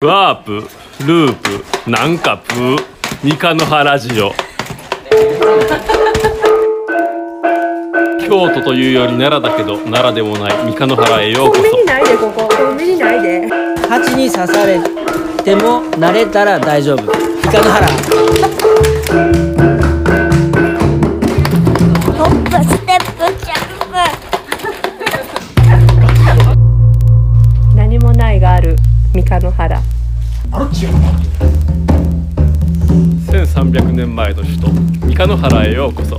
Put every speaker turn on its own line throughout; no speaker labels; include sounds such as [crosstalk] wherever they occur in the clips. ワープループなんかプー三日の原ラジオ京都というより奈良だけど奈良でもない三日の原へようこ
コンビニないでここコンビニないで
蜂に刺されても慣れたら大丈夫イカの原
ホップステップジャンプ
何もないがある三日の原
そ1300年前の首都三日の原へようこそ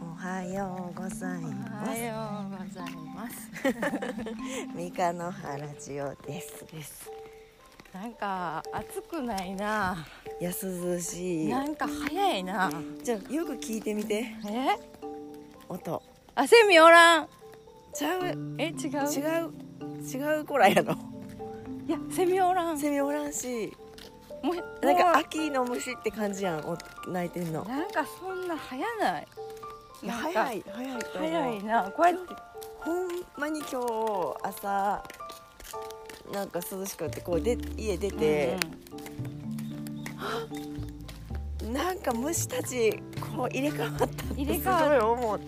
おはようござい
お
ま
は
す。
ようござい [laughs] ます。
三日の原千代です。
です。なんか暑くないな。
安涼しい。
なんか早いな。
じゃあよく聞いてみて。
え？
音。
あセミおらん。
ちゃう違
え違う？いう
違う子らやろ。
やセミおらん。
セミおらんし、
もう
なん
もう
か秋の虫って感じやん。お泣いてんの。
なんかそんな早ない。
いや
なんか
早い早いと思う。
早いな。こうやって
ほんまに今日朝なんか涼しくってこうで家出て、なんか虫たちこう入れ替わったってすご
入れ
い
替わる
思っ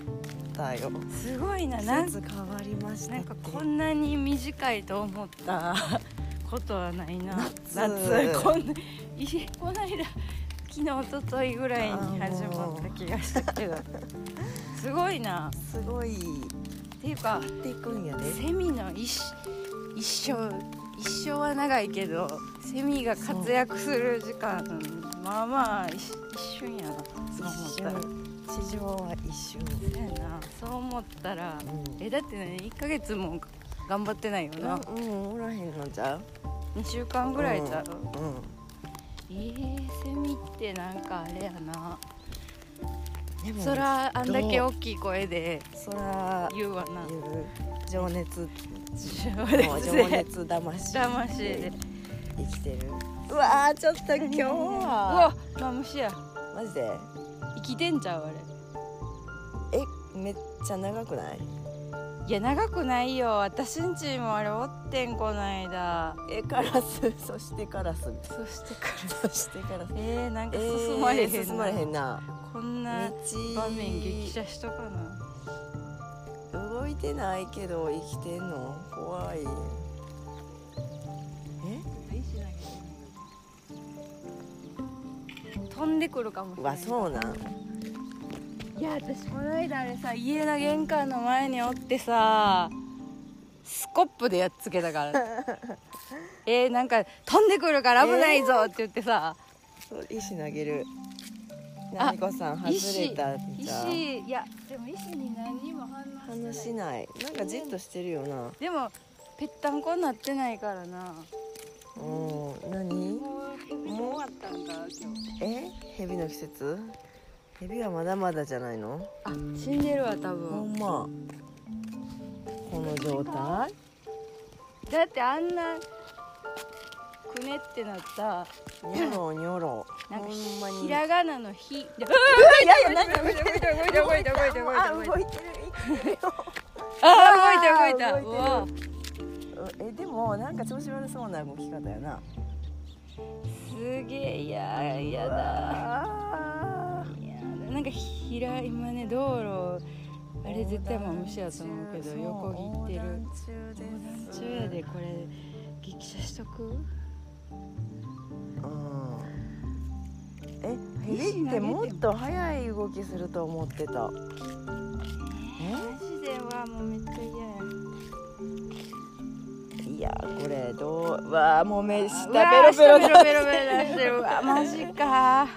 たよ。
うんすごいな。
季
なん
節変わりました
なんか
って
こんなに短いと思ったことはないな。
夏
こんないこの間昨日一昨日ぐらいに始まった気がした
[laughs]
けど。すごいな。
すごい
っていうか
っていくんやね
セミの一一生一生は長いけどセミが活躍する時間まあまあ一一瞬やなそう思っ
一
たら
瞬地上は一瞬、
そうやなそう思ったら
うん
えだってね1ヶ月も頑張ってないよな
うんおらへんのじゃう
2週間ぐらいだろ、
うん
えー、セミってなんかあれやな
でも
そらあんだけ大きい声で
そら
言うわな
言う情 [laughs] 熱
情 [laughs]
もう
熱
情
で
熱魂
魂で
生きてるうわーちょっと今日
う
は
わまあ虫や
マジで
生きてんちゃうあれ
えめっちゃ長くない
いや長くないよ私んちもあれおってんこないだ
えカラスそしてカラス
そしてか
そしてカラス
らえー、なんか
えー
進まれへんな、
進まれへんな
こん
道
な場面激写しとかな
動いてないけど生きてんの怖い
飛んでくるかも
う
しれな
わ
い
そうなん
いや私この間あれさ家の玄関の前におってさスコップでやっつけたからえー、なんか飛んでくるから危ないぞって言ってさ、
そう石投げる
あ
なみこさん外れたじゃん
石いやでも石に何にも反応してない
話しないなんかじっとしてるよな
でもぺったんこになってないからな
うん何
もう終わったんだ今日
え蛇の季節蛇はまだまだじゃないの
あ死んでるわ多
ほ
分
んまこの状態
だってあんなくねってなった
ニョロニョロほ
なんか
んまに
ひらがなの
[laughs]
「ひ」
いやいやなんか動いてる
動いた動いた動いた動いた
あ
動いた
動いてる
あー動いた動いた
動いてる
うわ
えでもなんか調子悪そうな動き方やな
すげえいややだ
あ
いやだなんかひら今ね道路あれ絶対もう虫やと思うけど横切ってる
中です
中やでこれ激写しとく
うんえヘビってもっと速い動きすると思ってた
マジではもうめっちゃ嫌や
えいやこれどううわあもう目下
う
ベ
わ
ロ
ー
ベロ
下ベ
だ
ロベロベロ出してるうわマジか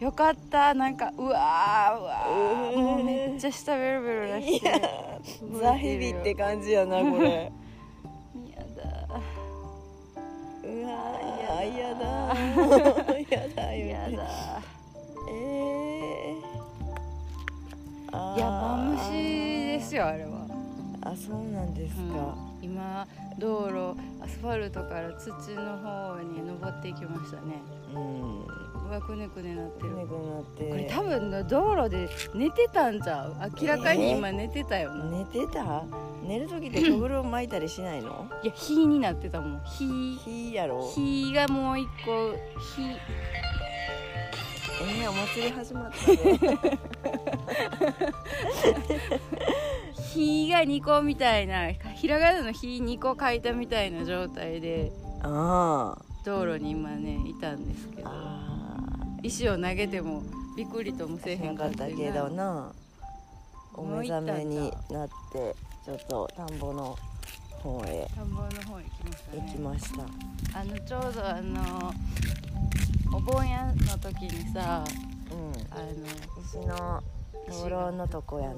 よかったなんかうわーうわーもうめっちゃ下ベロベロ出してるや
ザヘビって感じやなこれ
だ
うわあいやだやだよ
やだ
えーあー
やばむしですよあれは、
あそうなんです
うん
か、
今道路アスファルトから土の方に登っていきましたね
うん、
うわくねくねなってる
猫になって
これ多分の道路で寝てたんちゃう明らかに今寝てたよな、
寝てた寝る時ってトグルを巻いたりしないの
いや火になってたもん火
火やろ
火がもう一個火
えー、お祭り始まったね
火が2個みたいなひらがなの火2個書いたみたいな状態で
あー
道路に今ねいたんですけど
あ
石を投げてもびっくりともせえ
ー
へ
なんんか
か
っ
っ
たた
け
け
ど
どなお
もう
目
行っ
覚
たんちゃう
めになってちょっと田んぼの方へ
田んぼの方行きましたね
行きました、
あのちょうどあのお盆屋の時にさ
うん
あの
石の灯籠のとこやな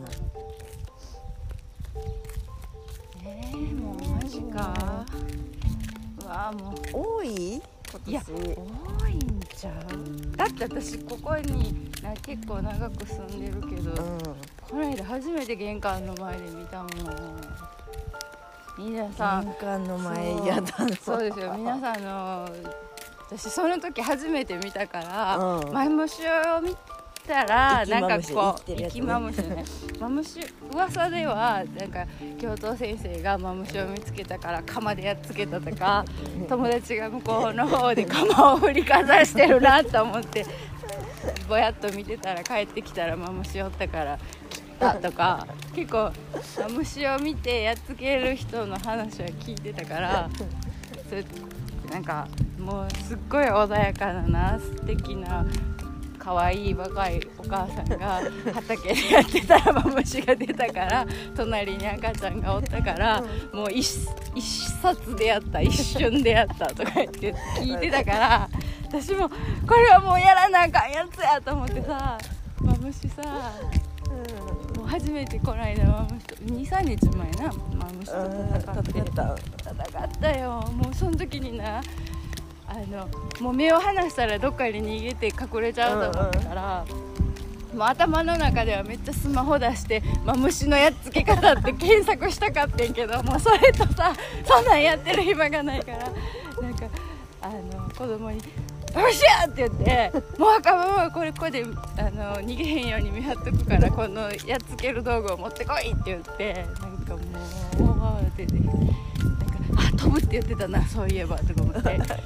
えー、もうマジかうわあもう
多い今
いや
年
多いんちゃうだって私ここにな結構長く住んでるけど、
う
この間初めて玄関の前で見たもん皆さ
ん
ん
玄関の前
そう
やだな
そうで
[laughs]
すよ皆さんあの私その時初めて見たから、
うん
マムシを見た
生
ら
き
なん
マ
か
ムシ
こ
生き
う
てるやつね
生きマムシねマムシ噂ではなんか教頭先生がマムシを見つけたから釜でやっつけたと
[laughs]
か友達が向こうの方で釜を振りかざしてるなと思ってぼやっと見てたら帰ってきたらマムシおったから切ったとか結構マムシを見てやっつける人の話は聞いてたからそれなんかもうすっごい穏やかだな素敵な可愛い若いお母さんが畑でやってたらマムシが出たから隣に赤ちゃんがおったからもう一一冊でやった一瞬でやったとか言って聞いてたから私もこれはもうやらなあかんやつやと思ってさマムシさもう初めてこの間マムシと23日前なマムシと戦って
戦った
戦ったよもうその時になあのもう目を離したらどっかに逃げて隠れちゃうと思ったから、もう頭の中ではめっちゃスマホ出して「マムシのやっつけ方」って検索したかってんけどもうそれとさそんなんやってる暇がないからなんかあの子供に「よっしゃ!」って言って「もう赤ママはこれここであの逃げへんように見張っとくからこのやっつける道具を持ってこい」って言ってなんかもうってて。なんかあ飛ぶって言ってたなそういえばとか思ってなんか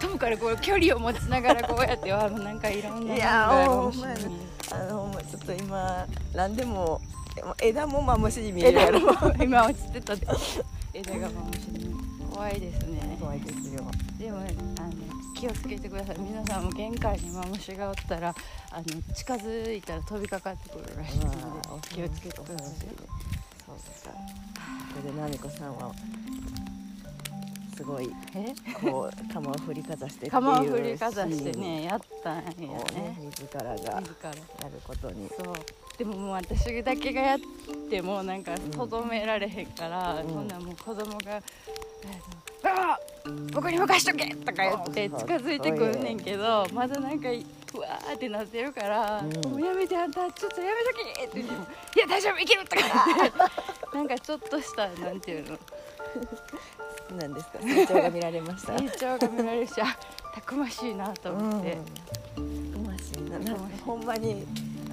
飛ぶからこう距離を持ちながらこうやってわなんかいろんなもの
いや
があるかもしれ
ほんまや
ない
なあのもうちょっと今何でもでも枝もマムシに見えるやろ
今落ちてたで枝がまむしに怖いですね
怖いですよ
でもあの気をつけてください皆さんも玄関にマムシがおったらあの近づいたら飛びかかってくるらしいので
うわ
気をつけてください
そうですかこれで奈美子さんはすごい
え
こう釜を振りかざしてっていう
釜を振りかざしてねやったんや
シーンをね
ね
自らがや
自ら
ることに
そうでももう私だけがやってもなんかとどめられへんから、
うん
こんなんもう子供が「あの僕に任しとけ!」とか言って
う
近
ん
づいてくんねんけどまだなんかうわーってなってるから「
うん
もうやめてあんたちょっとやめとき!」って言っても「いや大丈夫いける!」とか言ってなんかちょっとしたなんていうの
なんですか成長が見られました
成長が見られるしあたくましいなと思って。
うん、うましいななんかほんまに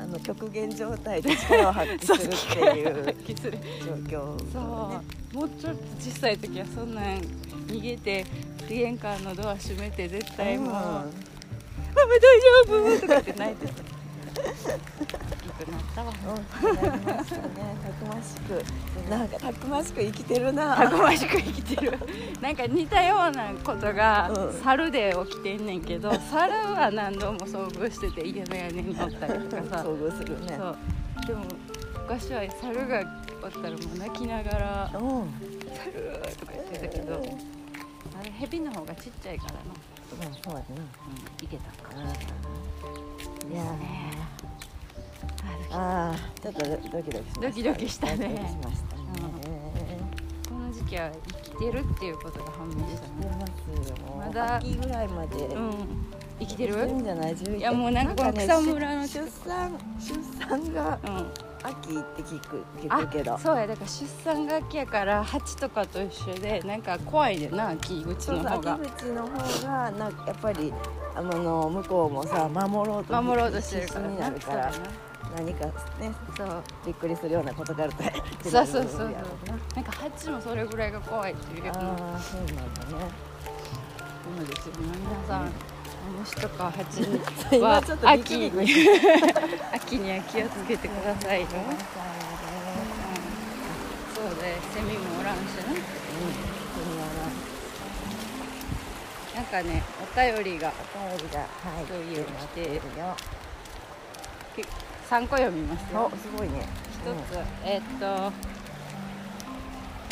あの極限状態
[laughs]
で力を発揮するっていう
気する
状況をね
そうもうちょっと小さい時はそんなん逃げて玄関のドア閉めて絶対もう「ママ大丈夫!」とかって泣
[laughs]
いてた大きくなったわ
うんなりましたねたくましくなんかたくましく生きてる
た
な
くましく生きてるなんか似たようなことが
うん
猿で起きてんねんけど猿は何度も遭遇してて家の屋根におったりとかさ
遭遇するね
そうでも昔は猿がおったらもう泣きながら
うん
「猿!」とか言ってたけどあれ蛇の方がちっちゃいからな
まあそうや
いけたのか
なうんいやーあーちょっとドキドキしました
ドキドキしたね
ドキドキしましたね
この時期は生きてるっていうことが判明した
出
ね
ますよ
まだ
秋ぐらいまで
うん生きて
いる
る
んじゃない11
いやもうなんか
ね
草むらの
出産出産が
うん
秋って聞く聞
あ
くけど
そうやだから出産が秋やから蜂とかと一緒でなんか怖いでな秋口
そうそう
の方が
秋口の方がなんかやっぱりあの向こうもさ守ろうと
守ろうとしてるから
必死になるから何かね
そうやな
びっくりするようなことがあると
そうそうそうそう
[laughs] やろな
そうなんか蜂もそれぐらいが怖いっていうような
ああそうなんだね
そうですよね皆さん虫とか蜂に
[laughs] 今
は
ちょっとびっく
秋
り
に [laughs] 秋には気をつけてくださいよ、うん、そうでセミもおらんしねなんかねお便りが
お便りがはい
という来て
いいよ
3個読みますよ
おすごいね
一つ、えーっと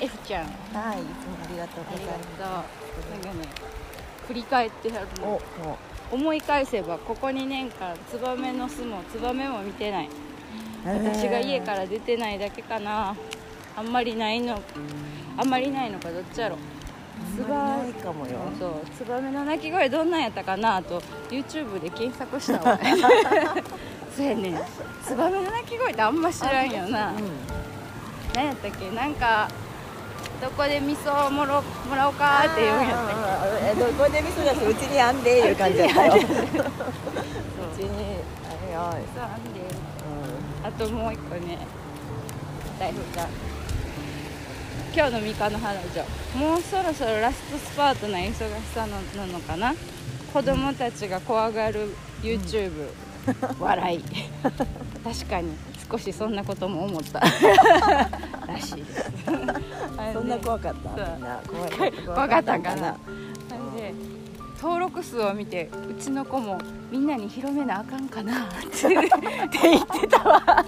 F ちゃんあ
はいいつもありがとうご
り
ざい
が
ます
とうなんかね振り返ってはる
お
の
も
思い返せばここ2年間ツバメの巣もツバメも見てない私が家から出てないだけかなあんまりないのあんまりないのかどっちやろ
すごいかもよ
そうツバメの鳴き声どんなんやったかなと YouTube で検索した [laughs] わそうやねんツバメの鳴き声ってあんま知らんよな、何やったっけなんかどこで味噌をもろもらおうかって言うんやったっ
えどこで見せ出すうちにあんで [laughs] いう感じだったようちにあれよ
けそうなんであともう一個ね大福ちゃん今日のミカの花女もうそろそろラストスパートな忙しさのなのかな子供たちが怖がる YouTube、笑い確かに少しそんなことも思ったらしいです
うんそんな怖かっ
そ
た
う
みんな怖い
怖かったんかなそれで登録数を見てうちの子もみんなに広めなあかんかなってって
[laughs]
言ってたわ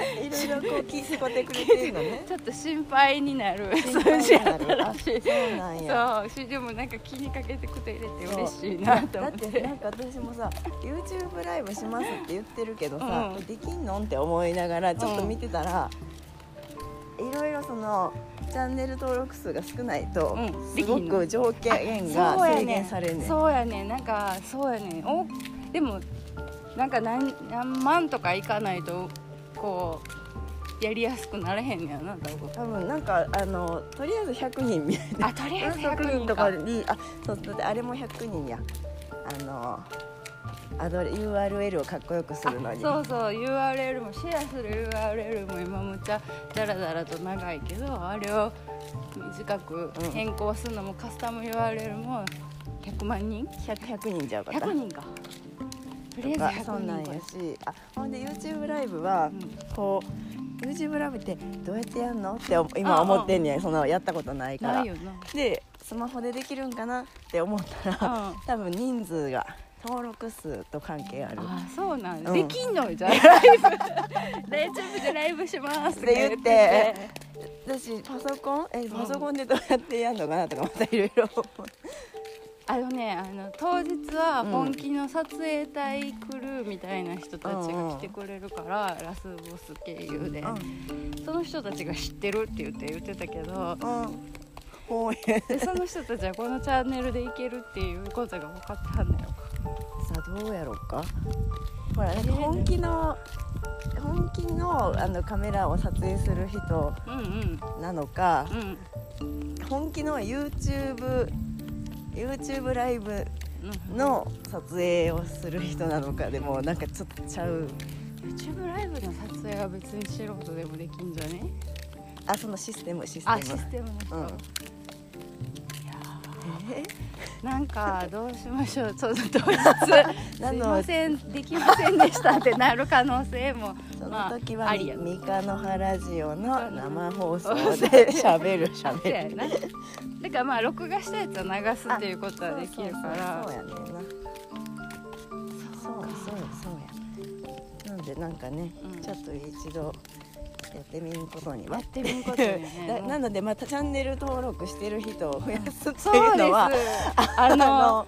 いろいろこう気遣ってくれてるのね
ちょっと心配になる
心
数
配
字
に
や
な
った
る
ら
あ
しい
そうなんや
そうしでもなんか気にかけてくれて嬉しいなと
だ
思
っ
って
てなんか私もさ YouTube ライブしますって言ってるけどさ、
うん
できんのんって思いながらちょっと見てたら、いろいろそのチャンネル登録数が少ないと、
うん
すごく条件が
そうや
制限されんねん
そうやねなんかそうやねおでもなんか何何万とかいかないとこうやりやすくなれへんねやな多分
多分なんかあのとりあえず100人みたいな
あとりあえず100
100人
人
と
か
かにあそうだってあれも100人やあのアドレ URL をかっこよくするの
あ
に
そうそう URL もシェアする URL も今むっちゃだらだらと長いけどあれを短く変更するのもカスタム URL も100万人
100 100人じゃうかった
100人かとりあえず
そうな
100
んや
人
しあほんで YouTube ライブはこう YouTube ライブってどうやってやんのって思今
うんうん
思ってんねんそのやったことないか
な
ら
いよな
でスマホでできるんかなって思ったら、
うん
多分人数が登録数と関係ある
あそうなん、
うん
できんのじゃあライブ [laughs] YouTube でライブしますとか
って言って私パソコンえパソコンでどうやってやんのかなとかまたいろいろ思って
あのねあの当日は
うん
本気の撮影隊クルーみたいな人たち
うんう
が
ん
来てくれるから、ラスボス経由で、
う
その人たちが知ってるって言って言ってたけど
んうんほうえ
でその人たちはこのチャンネルでいけるっていうことが分かったんだよ
さあどうやろうかほらなんか本気の本気のあのカメラを撮影する人
うんうん
なのか
うん
本気の YouTube YouTube ライブ
うん
の撮影をする人なのかでもなんかちょっとちゃう
YouTube ライブの撮影は別に素人でもできんじゃね
あそのシステムシス
あ
テ
シ
ム
ステムの人、
うんえ
なんかどうしましょうちょっと当
[laughs]
日す
ないの
ませんできませんでしたってなる可能性も
そ
ま
の
あ
時は
ありや
三河の原ジオの生放送で喋る
そう
喋
や
る
なだからまあ録画したやつを流すっていうことはできるから
そうそうそうそうやねんなそうそうそうやなんでなんかね、
うん
ちょっと一度やってみることには
やってみることに [laughs] ね
ななのでまたチャンネル登録してる人を増やすって
そう
いう
です
のは
あ
あ
の
の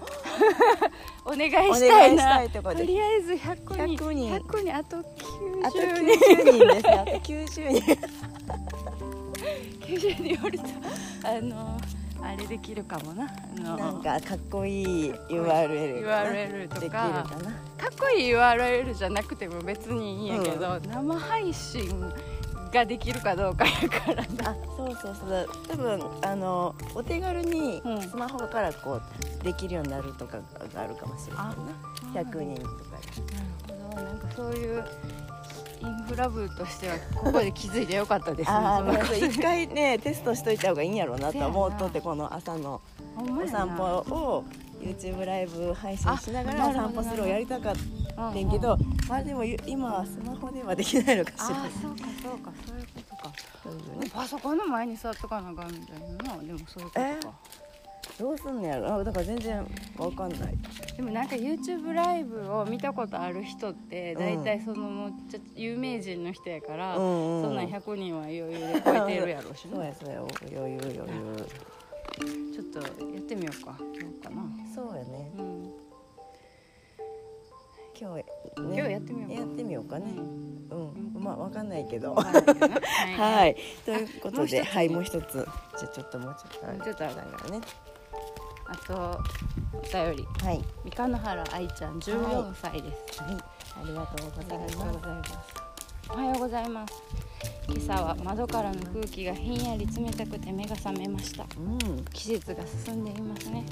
[laughs] お願いしたい
お願
ない
したいとことで
りあえず100人
100人
100人あと
あと
90
90
人
人ですねあと90人
90人おるとあのあれできるかもなあの
なんかかっこいい URL がな
URL とか
できるかな
かっこいい URL じゃなくても別にいいんやけど、生配信ができるかどうかやからな
あそうそうそう多分あのお手軽に
うん
スマホからこうできるようになるとかがあるかもしれないな100人とか
なるほどなんかそういうインフラ部としてはここで気づいてよかったです
で
ね
ああ
その
ー [laughs] そう一回ねテストしといた方がいいんやろうなとは思うとってこの朝の
ほんま
お
やな
散歩を YouTube ライブ配信しなが
あ
らお
な
散
るほど
歩するをやりたかった
うんうん
んけどまあでもゆ今はスマホではできないのかしら
あーそうかそうかそういうことか
そういうね
パソコンの前に座っとかなあかんみたいなでもそういうことか、
えどうすんのやろあだから全然わかんない
でもなんか YouTube ライブを見たことある人って大体そのもうちょっと有名人の人やから、
うんうん
そんなん100人は余裕で超えてるやろう
[laughs]
し
そう
ね
やそうやお余裕余裕
ちょっとやってみようか今日かな、
そうやね
うん、
今日ね
今日やってみようか
やってみようかね
うん
うん、まあわかんないけど
わかんないけどね
[laughs] はいいということで
もう一つ
はいもう一つじゃあちょっともうちょっとあれ
もうちょっとある
だからね
あとお便り
はい
三河野原愛ちゃん14歳です、
はいありがとうございます
おはようございます今朝は窓からの空気がひんやり冷たくて目が覚めました
うん
季節が進んでいますね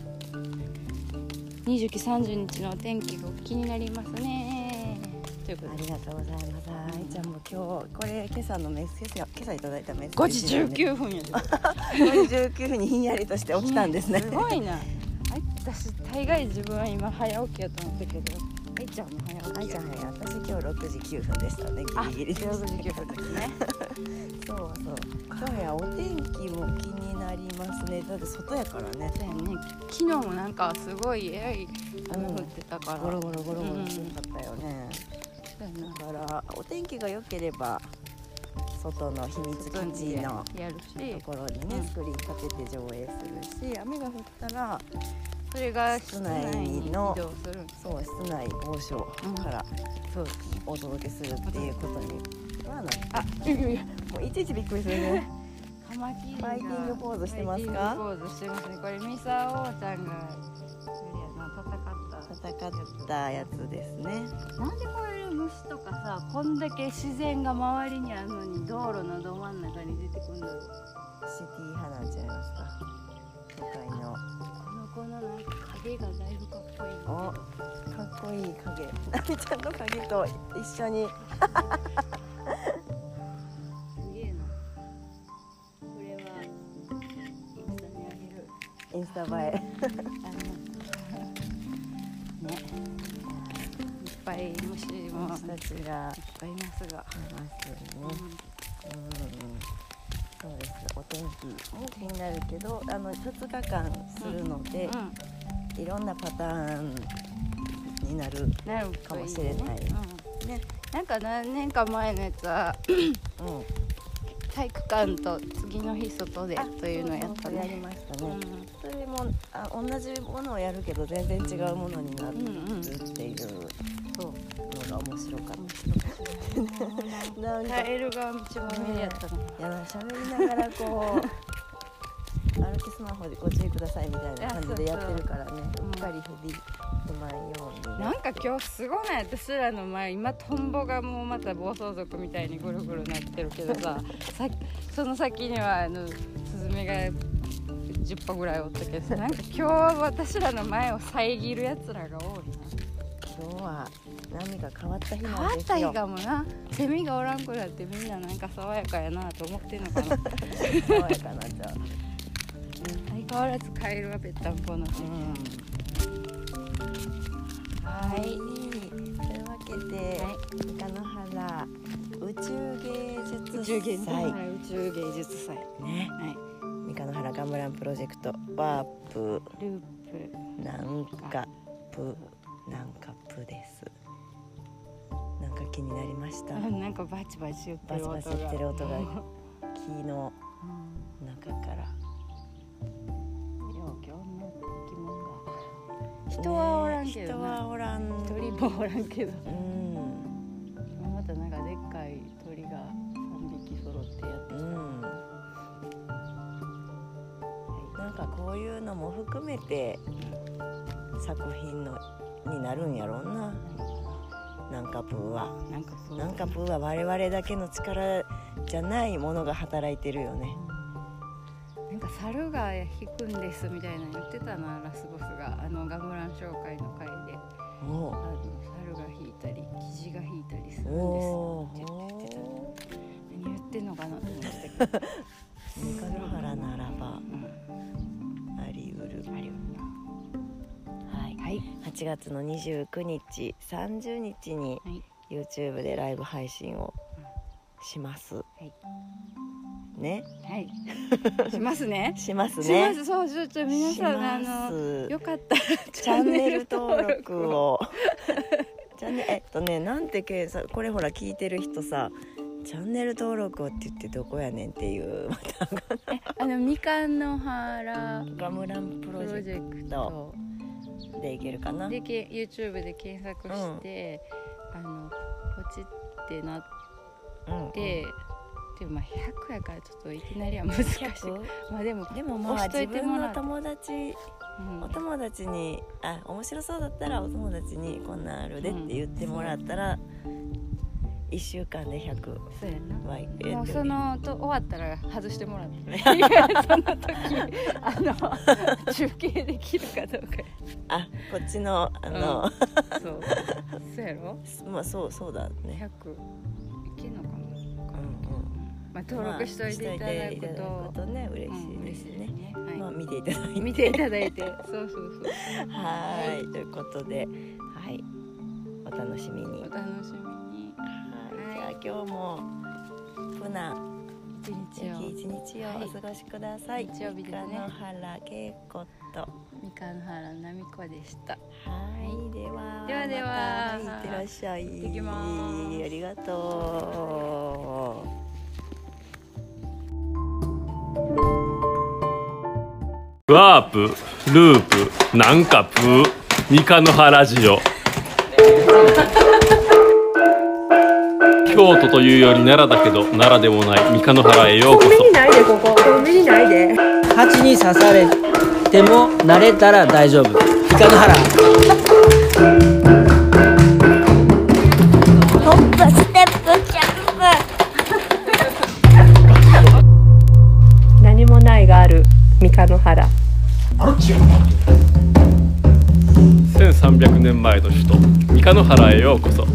29、30日のお天気が気になりますねというこ
あ
とで
りがとうございます。愛ちゃんも今日これ今朝のメッセージ今朝いただいたメッセージ
5時19分やで
5時19分にひんやりとして起きたんですね。
す
[laughs]
ごいなあい私大概自分は今早起きやと思ったけど愛ちゃんも早起き
愛ちゃ
や
んはい私今日6時9分でしたね
あ、
ギリギリでした。
時19分ですね
そうそう。今日やお天気も気になりますね。だって外やからね。
そうやね昨日もなんかすごいえらい雨降ってたから、
ゴロ
そ
ゴロゴロゴ
う
ロ
ん
してかったよね。
うやな
だからお天気が良ければ外の秘密基地の
やる
と
し
ころに
う
ね
ん
スクリーン立てて上映するし、雨が降ったら
それが
室内にの
移動するん
そう室内某所から
そうですね
お届けするっていうことにはなって
あいやいやいや
もういちいちびっくりするね
カマキリが
ファイティングポーズしてますか
ファイティングポーズしてますねこれミサオちゃんがあれやな戦
戦ったやつですね
ったなんでこういう虫とかさこんだけ自然が周りにあるのに道路のど真ん中に出てくるんだろう
シティ花ちゃいますか都会の
この子のなんか影がだいぶかっこいい
おかっこいい影なみちゃんの影と一緒に
すげえなこれはインスタにあげる
インスタ映え
あのねいっぱい虫もいっ
私たちがい
ぱいいますが、
ますよね
うん
うんうんそうですお天気も気になるけどあの2日間するので、
うん
いろんなパターンになる
なる
かもしれない
ね,、うん、ねなんか何年か前のやつは
うん
体育館と次の日外でというのをやった
やり
ね
ました
う
ね、
ん
それもあ同じものをやるけど全然違うものになる
うんうん
っていう
そう
のが面白かっ
面白かっ
た。
た
なん
ね
か
カエルが一番目やったの
いやな喋りながらこう歩きスマホでご注意くださいみたいな感じでやってるからね
そう
うっかり飛び止まんように。
なんか今日すごない私らの前今トンボがもうまた暴走族みたいにぐるぐるなってるけど [laughs] ささその先にはあのスズメが10羽ぐらいおったけどなんか今日は私らの前を遮るやつらが多いな。
今日は波が変わった日
変
なん
わっ
です
た
よ。
日かもなセミがおらんくなってみんななんか爽やかやなと思ってんのかな
爽やかなじゃあ。
相変わらずカエルはぺったんこな
う
の
ん。
は
はいい。というわけで、
は
三河原宇宙芸術
宇宙芸術
祭
祭、はい、宇宙芸術祭、
ね。
はい、
三河原ガムランプロジェクトワープ
ルー
なんかプなんかプですなんか気になりました
プあなんかバチバチ言って
バス
る音
バス
が
言ってる音が木の
うん
中から
よう今日の疑問が人はおらんけど
人
な
はおらん
一人もおらんけど
うん
今またなんかでっかい鳥が3匹揃ってやって
うんなんかこうのも含めて作品のになるんやろうな南下プーは
なんかこう
南下プーは我々だけの力じゃないものが働いてるよね
なんか猿が引くんですみたいなの言ってたなラスボスがあのガムラン紹介の回で
お
あ
う
の猿が引いたりキジが引いたりするん
お
ですって言ってたな
お
何言ってんのかなと思ってたけど、
三日野原ならば
うん、
あり得る
あり
はい
はい
8月の29日30日に
はい
YouTube でライブ配信をします、
い
ね
はいしますね
します
しま
ね
すそうちょっと皆さんあ
しま
の
す
よかったら
チャンネル登録を [laughs] チャンネルえっとねなんて検索これほら聞いてる人さチャンネル登録をって言ってどこやねんっていうまた
あのみかんの原
ガムランプ
プ
ロ
ロ
ジ
ジ
ェ
ェ
ク
ク
ト
ト
でいけるかな
でけ YouTube で検索して、あのポチってなっ
うん
て、でもまあ100やからちょっといきなりは難しい [laughs] まあでも、
でもまあ
押しと
自
いて
分
もら
の
う
友達
うん
お友達にあ面白そうだったらお友達にこんなんあるでって言ってもらったら、1週間で100
そうやな
倍
もう
えっ
そ
と
のと終わったら外してもらって
[laughs]
[laughs] その時あの中継できるかどう
あこっちのあの、
かそうそうやろ
まあそうそうだね、
100いけんのか
う
な、
んうん、
まあ、登録しといていただ
まあ
くと,、
しといていただくとね嬉し
うん
いで
嬉
す
しい
ね、
ね、はい
まあ見ていただいて
[laughs] 見ていただいてそうそうそう
はーいということではいお楽しみに
お
はい
楽しみに
じゃあ今日もプナ
一日
良き
を
一日をお過ごしください、
日曜日ですね
三日野原恵子と
三河原奈美子でした
はい、では。
ではでは
またいってらっしゃい。
ってきます
ありがとう。
ワープループなんかプー三日野原ジオ京都というより奈良だけど奈良でもない三日野原へようこ
コンビ
そ
ニないでここコンビニないで
蜂に刺されても慣れたら大丈夫イカの腹
ホップステップジャンプ
何もないがある三日の原
1300年前の首都三日野原へようこそ